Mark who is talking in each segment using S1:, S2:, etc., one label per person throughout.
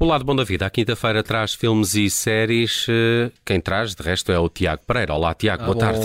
S1: O Lado Bom da Vida, à quinta-feira, traz filmes e séries. eh, Quem traz, de resto, é o Tiago Pereira. Olá, Tiago, boa
S2: Ah,
S1: tarde.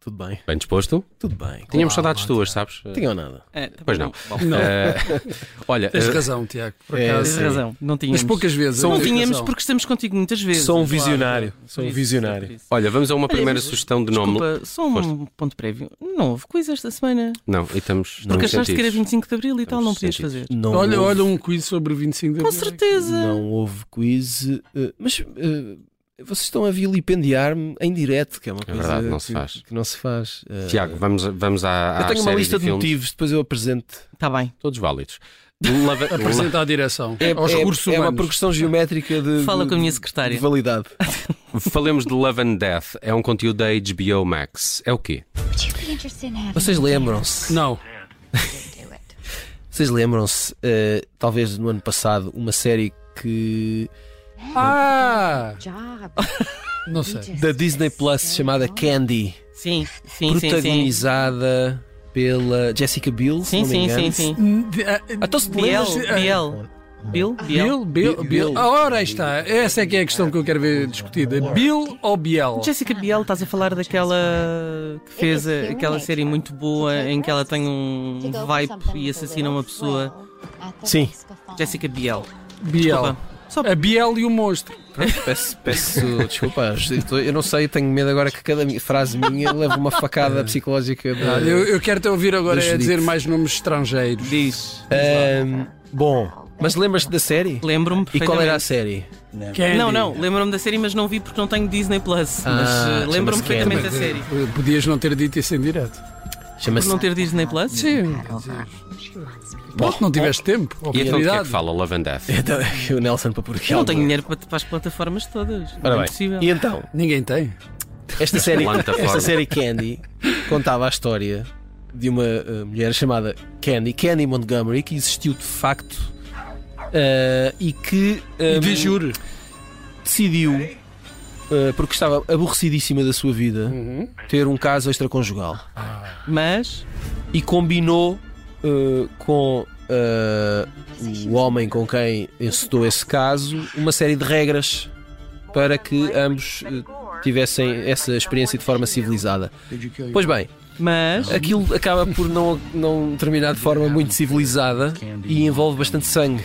S2: Tudo bem,
S1: Ah, Bem disposto?
S2: tudo bem.
S1: Tínhamos saudades tuas, sabes?
S2: Não tinham nada.
S3: É, tá
S1: Pois
S3: bom.
S1: não.
S3: Bom,
S1: Eh, olha,
S4: Tens
S1: eh,
S4: razão, Tiago. Por
S2: É,
S4: acaso.
S3: tens razão, não tínhamos.
S4: Mas poucas vezes.
S3: Não
S4: tens
S3: tínhamos
S4: razão.
S3: porque estamos contigo muitas vezes.
S2: Sou um visionário. Sou um
S3: Por isso, por
S2: visionário.
S3: isso.
S1: olha, vamos a uma
S3: Olha,
S1: primeira
S3: mas-
S1: sugestão de nome.
S3: Desculpa, só um ponto prévio. Não houve coisa esta semana.
S1: Não, e estamos.
S3: Porque
S1: não
S3: achaste que era
S1: incentivos.
S3: 25 de Abril e tal, não podias
S1: sentidos.
S3: fazer.
S2: Não
S4: Olha,
S2: houve-
S4: olha um quiz sobre 25 de
S3: Com
S4: abril.
S3: certeza.
S2: Não houve quiz. eh, Mas eh, vocês estão a vilipendiar-me em direto, que é uma coisa
S1: verdade, não se
S2: que,
S1: faz.
S2: que não se faz. Eh,
S1: Tiago, vamos, vamos à,
S2: eu
S1: à
S2: tenho uma
S1: série
S2: lista
S1: de
S2: de,
S1: filmes.
S2: motivos, depois eu apresento.
S3: Está Tá bem.
S1: Todos válidos. Lava- la-
S4: Apresenta à direção, aos
S2: é,
S4: recursos
S2: é
S4: humanos.
S2: uma progressão geométrica de,
S3: Fala
S2: de-
S3: com a minha
S2: de
S3: secretária.
S2: validade.
S1: Falemos de Love and Death. É um conteúdo da HBO Max. É o quê?
S5: Would you be interested in having
S2: Vocês
S5: a
S2: lembram-se?
S4: Não,
S5: date? Do it.
S2: Vocês lembram-se, eh, talvez no ano passado, uma série que
S4: Ah,
S5: Job.
S4: não sei.
S2: da Disney Plus chamada Candy.
S3: Sim, sim, sim, sim.
S2: protagonizada pela Jessica Biel. se
S3: Sim,
S2: não me
S3: sim, sim,
S2: engano.
S3: sim.
S2: Então se
S3: Biel,
S4: Lembras-te-
S3: Biel. Bill, Biel.
S4: Bill, Bill,
S2: Bill.
S4: Bill. Ah, Ora aí está, essa é que é a questão que eu quero ver discutida. Bill ou Biel?
S3: Jessica Biel, estás a falar daquela que fez a- aquela série muito boa em que ela tem um vibe e assassina uma pessoa.
S2: Sim.
S3: Jessica Biel.
S4: Biel.
S3: Desculpa.
S4: A Biel e o monstro.
S2: Peço, peço desculpa, eu estou- eu não sei, tenho medo agora que cada mi- frase minha leve uma facada psicológica. de-
S4: Ah, Eu, eu quero te ouvir agora
S2: Da
S4: a dizer
S2: Judite.
S4: mais nomes estrangeiros.
S3: Diz.
S2: Ahm, bom, mas lembras-te da série?
S3: Lembro-me
S2: E qual era a
S3: perfeitamente.
S2: série?
S4: Candy.
S3: Não, não, lembro-me da série, mas não vi porque não tenho Disney Plus. mas
S2: Ah,
S3: eh, lembro-me
S2: chama-se
S3: perfeitamente da
S2: Candy.
S3: série.
S4: Podias não ter dito isso em direto.
S3: Por
S2: Chama-se
S3: não ter Disney Plus?
S4: Sim. Bom, não tiveste tempo,
S1: E então de que é
S4: oportunidade.
S1: que fala Love and Death?
S2: Então, o Nelson para pôr aqui
S3: Eu não
S2: algo.
S3: tenho dinheiro para, para as plataformas todas.
S2: Ora
S3: não é
S2: bem,
S3: possível.
S2: E então,
S4: Ninguém tem.
S2: esta série,
S1: Plataforma.
S2: esta série Candy contava a história de uma eh, mulher chamada Candy, Candy Montgomery, que existiu de facto eh, e que ehm,
S4: De juro.
S2: decidiu, eh, porque estava aborrecidíssima da sua vida, ter um caso extraconjugal.
S3: Mas
S2: E combinou eh, com eh, o homem com quem encetou esse caso uma série de regras para que ambos eh, tivessem essa experiência de forma civilizada. Pois bem,
S3: Mas.
S2: aquilo acaba por não, não terminar de forma muito civilizada e envolve bastante sangue.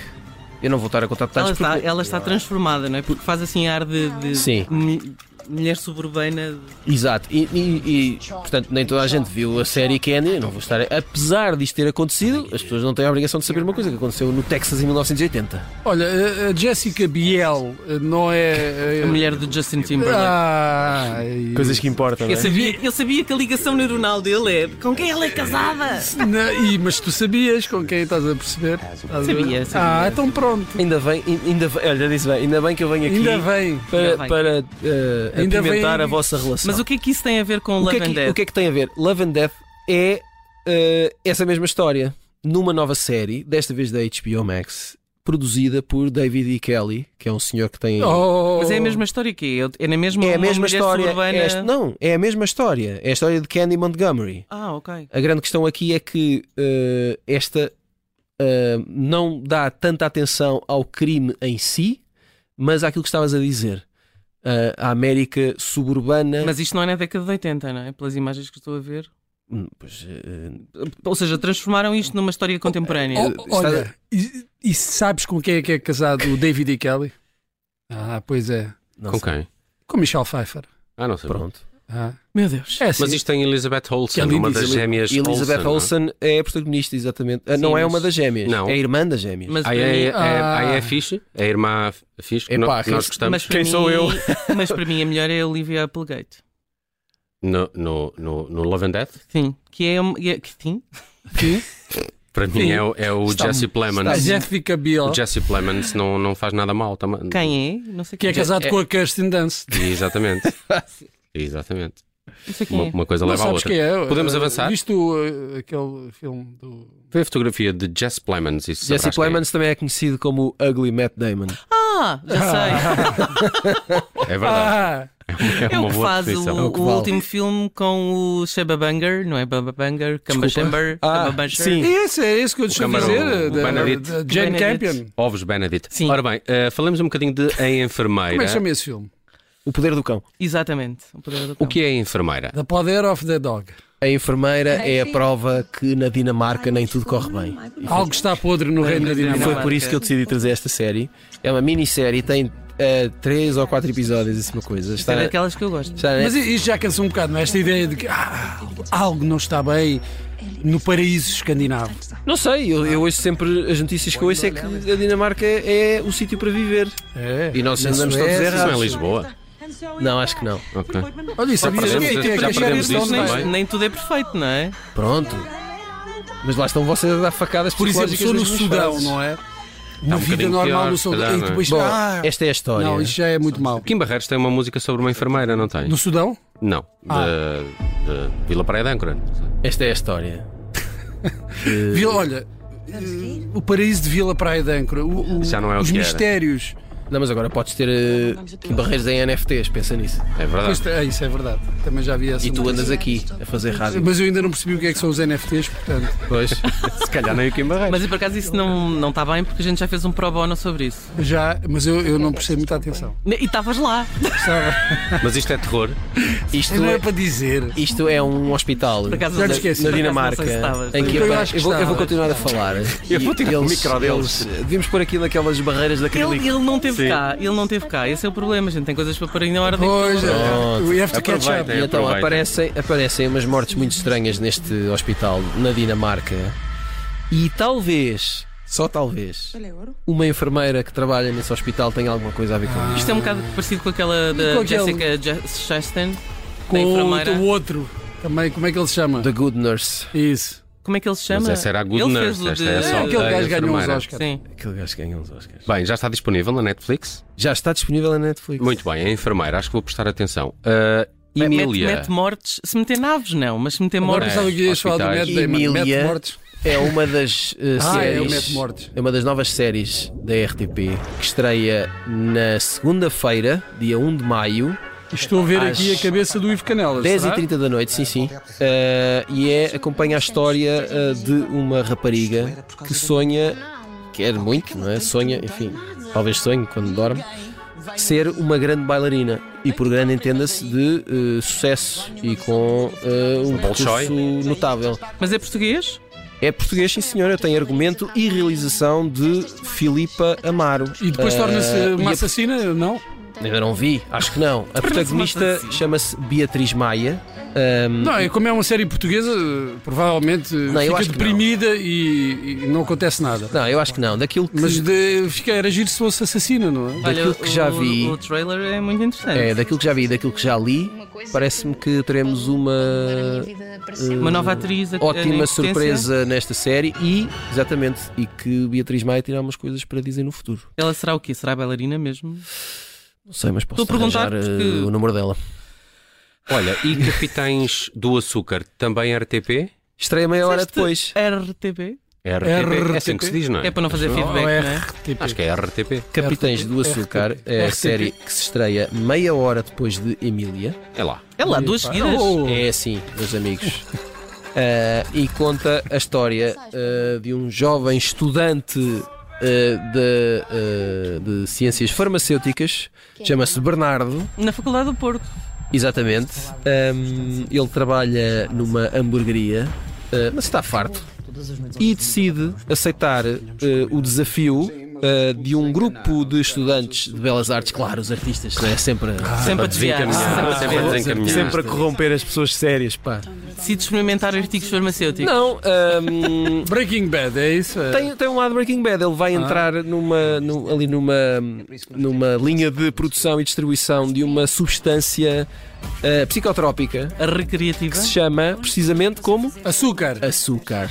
S2: Eu não vou estar a contar
S3: Ela
S2: detalhes
S3: está,
S2: porque...
S3: ela está transformada, não é? Porque faz assim ar de, de
S2: Sim.
S3: mu- mulher suburbana.
S2: Exato, e, e- e, portanto nem toda a gente viu a série Kenny, não vou estar. Apesar disto ter acontecido, as pessoas não têm a obrigação de saber uma coisa que aconteceu no Texas em 1980.
S4: Olha, a- a Jessica Biel eh, não é.
S3: A
S4: eh,
S3: mulher do Justin Timberlake.
S4: Ah,
S2: Coisas que importam. é?
S3: Eu sabia, eu sabia que a ligação neuronal dele é com quem ela é casada.
S4: Na- e- mas tu sabias com quem estás a perceber? Estás a ver?
S3: Sabia, sabia.
S4: Ah, então pronto.
S2: Ainda bem, ainda bem, olha, disse bem, ainda bem que eu venho aqui
S4: Ainda bem.
S2: para,
S3: Ainda bem.
S2: para, eh,
S4: Ainda
S2: apimentar
S4: bem.
S2: a vossa relação.
S3: Mas o que é que isso tem a ver
S2: O
S3: com
S2: que
S3: Love
S2: é que,
S3: and Death?
S2: o que é que tem a ver? Love and Death é eh, essa mesma história, numa nova série, desta vez da HBO Max, produzida por David E. Kelly, que é um senhor que tem.
S4: Oh,
S3: Mas é a mesma história que eu. É na mesma
S2: É a
S3: uma
S2: mesma
S3: mulher
S2: história.
S3: Suburbana...
S2: é esta- não, é a mesma história. É a história de Candy Montgomery.
S3: Ah, ok.
S2: A grande questão aqui é que eh, esta eh, não dá tanta atenção ao crime em si, mas àquilo que estavas a dizer. Eh, a América suburbana.
S3: Mas isto não é na década de 80, não é? Pelas imagens que estou a ver.
S2: Hum, pois, eh,
S3: Ou seja, transformaram isto numa história contemporânea.
S4: Oh, olha, e, e sabes com quem é que é casado o David E. Kelly? Ah, pois é.
S2: não
S1: Com
S2: sei.
S1: quem?
S4: Com Michelle Pfeiffer.
S1: Ah, não sei.
S2: Pronto.
S4: Ah,
S3: Meu Deus.
S4: é assim.
S1: Mas isto tem Elizabeth
S3: é
S1: Olsen,
S4: Candy
S1: uma
S4: diz
S1: das
S4: Eli-
S1: gêmeas
S2: é Elizabeth
S1: Olsen. não é?
S2: Olsen é a protagonista, exatamente. Ah,
S3: Sim,
S2: não é
S3: mas-
S2: uma das gêmeas,
S1: Não.
S2: é a irmã das gêmeas.
S3: Mas
S1: Aí
S3: para
S1: é,
S3: mim-
S1: é,
S4: Ah.
S1: aí é fixe, é a irmã fixe, que
S2: Epá,
S1: nó-
S2: quem-
S1: nós gostamos.
S3: Mas para
S2: Quem
S3: mim-
S2: sou eu?
S3: Mas para mim a melhor é a Olivia Applegate.
S1: No, no, no, no Love and Death,
S3: Sim. Que é. um- é- Que sim.
S4: Sim.
S1: para mim é, o- é o
S4: Está-
S1: Jesse
S4: A
S1: Plemons.
S4: Jessica Biel,
S1: O Jesse Plemons não, não faz nada mal também.
S3: Quem é? Não sei
S4: que
S3: quem
S4: é casado com a Kirsten Dunst.
S1: Exatamente. Exatamente.
S3: Não sei quem
S1: Uma,
S3: é.
S1: uma coisa
S4: Não
S1: leva à
S4: sabes
S1: outra.
S4: quem é?
S1: Podemos
S4: Eh,
S1: avançar?
S4: Viste o, eh, aquele filme do.
S1: Vê a fotografia de Jess Plemons. e saberás
S2: Jesse
S1: quem é.
S2: Plemons também é conhecido como Ugly Matt Damon.
S3: Ah, já sei.
S1: É verdade.
S4: Ah!
S1: É
S3: É o
S1: uma
S3: que
S1: boa
S3: faz o,
S1: definição.
S2: É o que
S3: o
S2: vale.
S3: último filme com o Sheba Banger, não é? Baba Banger, Camba Chamber,
S2: Ah,
S3: Camba Buncher.
S2: sim.
S4: Esse, é isso que eu te
S1: camarão,
S4: dizer.
S1: o
S4: da-
S1: Benedict.
S4: da Jane
S3: Benedict.
S4: Campion.
S1: Ovos Benedict.
S3: Sim.
S1: Ora bem, eh, falamos um bocadinho de A Enfermeira.
S4: Como é que chama esse filme?
S2: O poder do cão.
S3: Exatamente. O, poder do
S1: o
S3: cão.
S1: que é A Enfermeira?
S4: The Poder of the Dog.
S2: A enfermeira é a prova que na Dinamarca nem tudo corre bem.
S4: Algo está podre no reino da
S2: E foi
S4: Dinamarca.
S2: por isso que eu decidi trazer esta série. É uma minissérie, tem 3 ou 4 episódios, isso é uma coisa. Está,
S3: É
S2: na-
S3: daquelas que eu gosto.
S2: está na-
S4: Mas isto já cansa um bocado, não é? Esta ideia de que ah, algo não está bem no paraíso escandinavo.
S2: Não sei, eu, eu ouço sempre as notícias que eu ouço é que a Dinamarca é o sítio para viver.
S4: É.
S2: E nós
S4: Na
S2: andamos todos
S4: Suécia.
S1: Isso não é
S2: errados.
S1: Lisboa.
S2: Não, acho que não.
S1: Ok.
S4: Olha,
S1: Já
S4: sabias
S1: perdemos-
S4: que tem
S1: já
S4: que achar
S1: perdemos
S4: este
S1: isso
S4: homem?
S1: também.
S3: Nem, nem tudo é perfeito, não é?
S2: Pronto. Mas lá estão vocês a dar facadas
S4: Por exemplo,
S2: psicológicas
S4: sou
S2: das
S4: no
S2: minhas
S4: Sudão,
S2: frases.
S4: não é? Na vida
S1: um bocadinho
S4: normal
S1: pior,
S4: no
S1: se
S4: Sudão.
S1: calhar,
S4: E
S1: não é?
S4: depois,
S2: Bom,
S4: ah,
S2: esta é a história.
S4: não, isto já é muito mau.
S1: Kim Barreiros tem uma música sobre uma enfermeira, não tem?
S4: No Sudão?
S1: Não.
S4: Ah.
S1: De, de Vila Praia de Âncora.
S2: Esta é a história.
S4: Vila, olha, eh, o paraíso de Vila Praia de Âncora, o- o-
S1: Já não é o
S4: os
S1: que era.
S4: mistérios.
S2: Não, mas agora podes ter eh, Kim barreiras em NFTs, pensa nisso.
S1: É verdade.
S4: Pois, é, isso é verdade. Também já havia essa.
S2: Ah. E tu
S4: notícia.
S2: andas assim. aqui a fazer rádio.
S4: Mas eu ainda não percebi o que é que são os NFTs, portanto.
S2: Pois.
S1: Se calhar nem o Kim Barreiros.
S3: Mas e por acaso isso não, não está bem porque a gente já fez um pro bono sobre isso.
S4: Já, mas eu, eu não prestei muita atenção.
S3: E estavas lá.
S1: Mas isto é terror.
S2: Isto
S4: Não
S2: é,
S4: é para dizer.
S2: isto é um hospital
S3: Por acaso
S4: Já te
S3: não-
S4: esqueci.
S2: na
S3: por acaso
S2: Dinamarca
S3: não sei se estavas.
S2: em que
S4: Eu
S2: apare-
S4: acho que
S2: eu, vou, eu vou
S4: estavas.
S2: continuar a falar.
S1: Eu
S2: E
S1: vou tirar o
S2: eles-
S1: micro deles.
S2: eles- Devíamos pôr aqui naquelas barreiras da
S3: Ele,
S2: acrílico.
S3: ele não teve
S1: Sim.
S3: cá, ele não teve cá. Esse é o problema, gente. Tem coisas para pôr aí na hora de.
S4: Pois, é, we have to catch up.
S1: Aproveitem.
S2: E então
S1: Aproveitem.
S2: aparecem, aparecem umas mortes muito estranhas neste hospital na Dinamarca. E talvez, só talvez, uma enfermeira que trabalha nesse hospital tenha alguma coisa a ver com
S1: Ah.
S2: isto.
S3: Isto é um bocado parecido com aquela
S4: E
S3: da
S4: com aquele-
S3: Jessica Jes- Chastain, da
S4: Com
S3: enfermeira.
S4: o outro também, como é que ele se chama?
S2: The Good Nurse.
S4: Isso.
S3: Como é que ele se chama?
S1: Mas essa era a Good
S3: ele
S1: Nurse,
S3: fez o
S1: esta
S3: de...
S1: é
S4: É,
S1: só-
S4: aquele
S1: a
S4: gajo ganhou os
S1: enfermeira.
S4: Oscars.
S3: Sim.
S2: Aquele gajo que ganha os Oscars.
S1: Bem, já está disponível na Netflix.
S2: Já está disponível na Netflix.
S1: Muito bem, A Enfermeira. Acho que vou prestar atenção. Ah,
S3: Mete,
S1: Emília.
S3: mete mortes. Se meter naves, não, mas se meter
S4: Agora
S3: mortes.
S4: pensava que ias falar do Matt
S1: hospitais.
S4: Damon.
S2: É. Emília.
S4: Mete mortes.
S2: É uma das eh,
S4: Ah, é o
S2: séries.
S4: Mete Mortes.
S2: É uma das novas séries da RTP que estreia na segunda-feira, dia 1 de maio,
S4: Estou a ver
S2: Às-
S4: aqui a cabeça do Ivo Canelas.
S2: 10h30 da noite, sim, sim. Eh, e é, acompanha a história eh, de uma rapariga que sonha, quer muito, não é? Sonha, enfim, talvez sonhe quando dorme, ser uma grande bailarina. E por grande entenda-se de eh, sucesso e com eh, um
S1: Bolshoi.
S2: percurso notável.
S3: Mas é português?
S2: É português, sim senhora, tem argumento e realização de Filipa Amaro.
S4: E depois
S2: Eh,
S4: torna-se
S2: e
S4: uma
S2: a-
S4: assassina, não?
S2: Ainda não vi, acho que não. A protagonista
S3: assassina.
S2: chama-se Beatriz Maia. Ahm,
S4: Não, é como é uma série portuguesa, provavelmente
S2: Não, eu
S4: fica
S2: acho que
S4: deprimida E, e não acontece nada.
S2: não, eu acho que não. Daquilo que é,
S4: Mas de, fica, era giro se fosse assassina, não é?
S2: Daquilo
S3: Olha,
S2: que já
S3: o,
S2: vi-
S3: O trailer é muito interessante.
S2: É, daquilo que já vi e daquilo que já li, parece-me que teremos uma eh,
S3: Uma nova atriz. a- a- na
S2: ótima
S3: existência.
S2: surpresa nesta série e, exatamente, e que Beatriz Maia terá umas coisas para dizer no futuro.
S3: Ela será o quê? Será bailarina mesmo?
S2: Não sei, mas posso
S3: Estou a perguntar
S2: arranjar eh,
S3: porque-
S2: o número dela.
S1: Olha, e Capitães do Açúcar, também é RTP?
S2: Estreia meia hora
S3: Disseste
S2: depois.
S3: RTB?
S1: É RTP. É assim
S4: RTP?
S1: que se diz, não é?
S3: É para não fazer feedback,
S4: Ou
S3: não
S4: é
S3: é?
S4: RTP?
S1: Acho que é RTP.
S2: Capitães do Açúcar é a
S4: RTP.
S2: série que se estreia meia hora depois de Emília.
S1: É lá.
S3: É lá, duas seguidas.
S4: Oh.
S2: É assim, meus amigos. Ah, e conta a história ah, de um jovem estudante ah, de, ah, de ciências farmacêuticas, chama-se Bernardo,
S3: Na Faculdade do Porto.
S2: exatamente. Ahm, ele trabalha numa hamburgueria, ah, mas está farto. E decide aceitar ah, o desafio ah, de um grupo de estudantes de belas artes, claro, os artistas, não é? Sempre,
S3: Sempre a
S2: é
S3: desviar.
S2: Ah,
S1: Desencaminhar.
S3: Sempre a
S1: Sempre a
S3: desviar.
S1: desencaminhar.
S2: sempre a corromper as pessoas sérias, pá.
S3: Decide experimentar artigos farmacêuticos.
S2: Não, ehm, ahm,
S4: Breaking Bad, é isso? É.
S2: Hum. Tem, tem um lado Breaking Bad, ele vai entrar numa, num- ali numa, numa linha de produção e distribuição de uma substância eh, psicotrópica
S3: A recreativa.
S2: que se chama precisamente como
S4: Açúcar.
S2: açúcar,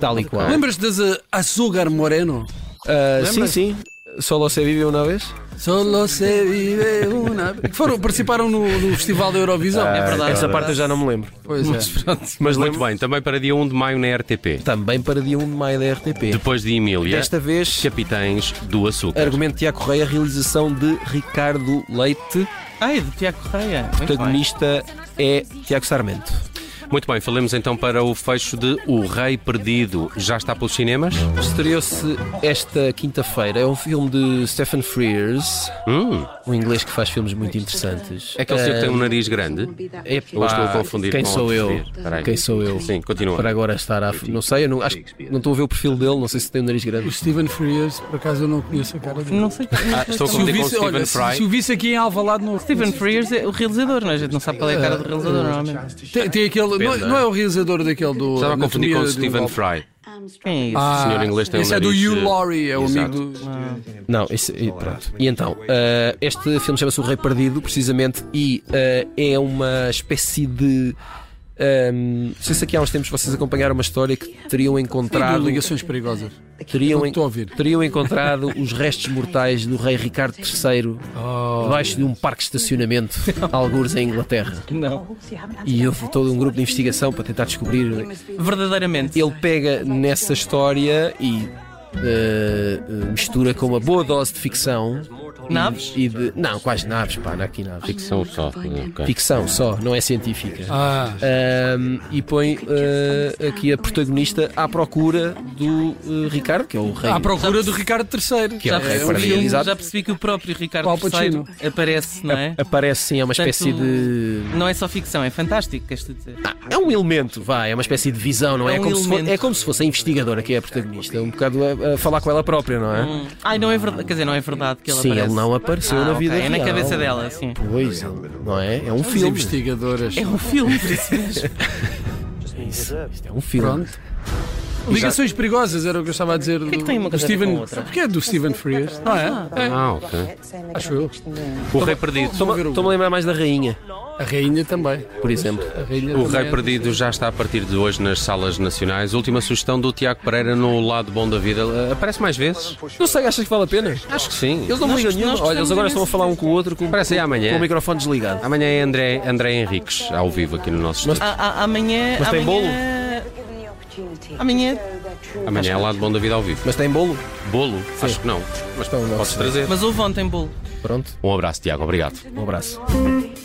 S2: tal e qual.
S4: Lembras-te das uh, Açúcar Moreno?
S2: Ah, sim,
S4: Lembras?
S2: sim. Só você vive uma vez?
S4: Solo se vive una. Que Foram, participaram no, no Festival da Eurovisão.
S3: É verdade.
S2: Essa parte eu já não me lembro.
S4: Pois é.
S1: Mas muito bem, também para dia 1 de maio na RTP.
S2: Também para dia 1 de é- maio da RTP.
S1: Depois de Emília,
S2: Desta vez,
S1: Capitães do Açúcar.
S2: argumento de Tiago Correia, realização de Ricardo Leite.
S3: Ah, é do Tiago Correia. Muito
S2: O
S3: bem.
S2: protagonista é Tiago Sarmento.
S1: Muito bem, falemos então para o fecho de O Rei Perdido. Já está pelos cinemas?
S2: Estreou-se esta quinta-feira. É um filme de Stephen Frears,
S1: Hum,
S2: um inglês que faz filmes muito interessantes.
S1: é aquele senhor que tem um
S2: Ah,
S1: nariz grande? Ou estou a
S2: Epá,
S1: confundir
S2: quem
S1: com
S2: sou
S1: outro
S2: eu?
S1: filho? Espera aí.
S2: Quem sou eu?
S1: Sim, continua.
S2: Para agora estar à. Não sei, eu não, acho que não estou a ver o perfil dele, não sei se tem um nariz
S4: O
S2: grande.
S4: Stephen Frears, por acaso eu não conheço a cara dele.
S3: Não sei como
S1: Ah,
S3: é que
S1: estou a
S3: se
S1: confundir
S3: chama.
S1: com o Stephen
S4: olha, se,
S1: Fry.
S4: se o visse aqui em Alvalade não o
S3: Stephen Frears é o realizador, não é? A gente não sabe qual é a cara do realizador, normalmente.
S4: Tem, tem aquele, não, não é o realizador daquele do.
S1: Estava a confundir com o
S4: Anatomia de um
S1: Stephen
S4: Golpe.
S1: Fry.
S3: Quem é isso?
S4: Ah,
S1: senhor inglês tem um
S4: esse é do
S1: nariz,
S4: Hugh
S1: eh,
S4: Laurie, é o
S1: exato.
S4: amigo do.
S2: Não, esse, e pronto. E então, ah, este filme chama-se O Rei Perdido, precisamente, e ah, é uma espécie de. ah, não sei se aqui há uns tempos vocês acompanharam uma história que teriam
S4: Traz
S1: um-
S2: encontrado.
S4: ligações perigosas.
S2: Teriam,
S4: Não
S2: en-
S4: estou a ouvir.
S2: teriam encontrado os restos mortais do rei Ricardo III
S1: Oh.
S2: debaixo de um parque de estacionamento, algures em Inglaterra.
S3: Não.
S2: E houve todo um grupo de investigação para tentar descobrir.
S3: Verdadeiramente.
S2: Ele pega nessa história e eh, mistura com uma boa dose de ficção.
S3: Naves?
S2: E de, não, quais naves, pá, não há aqui naves. é
S1: Ficção só. ok.
S2: Ficção só, não é científica.
S4: Ah,
S2: Ahm, e põe eh, aqui a protagonista à procura do eh, Ricardo, que é o rei.
S4: à procura do Ricardo III.
S1: um
S2: Que é o rei para
S3: percebi- já percebi,
S2: realizar.
S3: que o próprio Ricardo
S4: Al Pacino.
S3: III aparece, não é?
S2: Aparece sim, é uma
S3: Portanto,
S2: espécie de.
S3: Não é só ficção, é fantástico, queres tu dizer?
S2: Ah, é um elemento, vá, é uma espécie de visão, não é?
S3: É
S2: É
S3: um
S2: como, se fosse,
S3: elemento.
S2: é como se fosse a investigadora que é a protagonista, um bocado a, a falar com ela própria, não é?
S3: Hum. Ai, não é verdade. Quer dizer, não é verdade que Ah. ele
S2: sim,
S3: aparece.
S2: ele não apareceu
S3: Ah,
S2: na
S3: ok,
S2: vida
S3: É na
S2: real.
S3: cabeça dela, sim.
S2: Pois, não é? É um
S4: As
S2: filme.
S4: investigadoras.
S3: É um filme, por isso mesmo.
S2: Isso, isto é um filme.
S4: Pronto. Ligações perigosas era o que eu estava a dizer. O
S3: que é que tem uma coisa a ver
S4: Steven...
S3: com outra?
S4: Porque é do Stephen Frears, não é? é?
S1: Ah, ok.
S4: Acho eu.
S1: O Rei Perdido.
S4: Vou ver o-
S2: Estou-me a lembrar mais da rainha,
S4: A rainha também.
S2: por exemplo.
S4: A rainha
S1: O
S4: também
S1: Rei
S4: é-
S1: Perdido já está a partir de hoje nas salas nacionais. Última sugestão do Tiago Pereira no Lado Bom da Vida. Eh, Aparece mais vezes?
S2: Não sei, achas que vale a pena?
S1: Acho que sim.
S2: Eles não me ligam nenhuma.
S3: nós
S2: Olha, eles
S3: gostamos
S2: agora estão a
S3: imenso
S2: falar um com o outro com,
S1: Parece aí
S2: com o
S1: amanhã.
S2: microfone desligado.
S1: Amanhã é André, André Henriques, ao vivo aqui no nosso estúdio.
S3: A- a- Ah, Amanhã.
S2: Mas tem
S3: amanhã- Amanhã.
S1: Amanhã é Lado Bom da Vida ao vivo.
S2: Mas tem bolo?
S1: Bolo? Acho que não. Mas
S2: Então, não
S1: podes
S2: sei.
S1: trazer.
S3: Mas houve ontem bolo.
S2: Pronto,
S1: Um abraço, Tiago. Obrigado.
S2: um abraço.
S5: Thank you.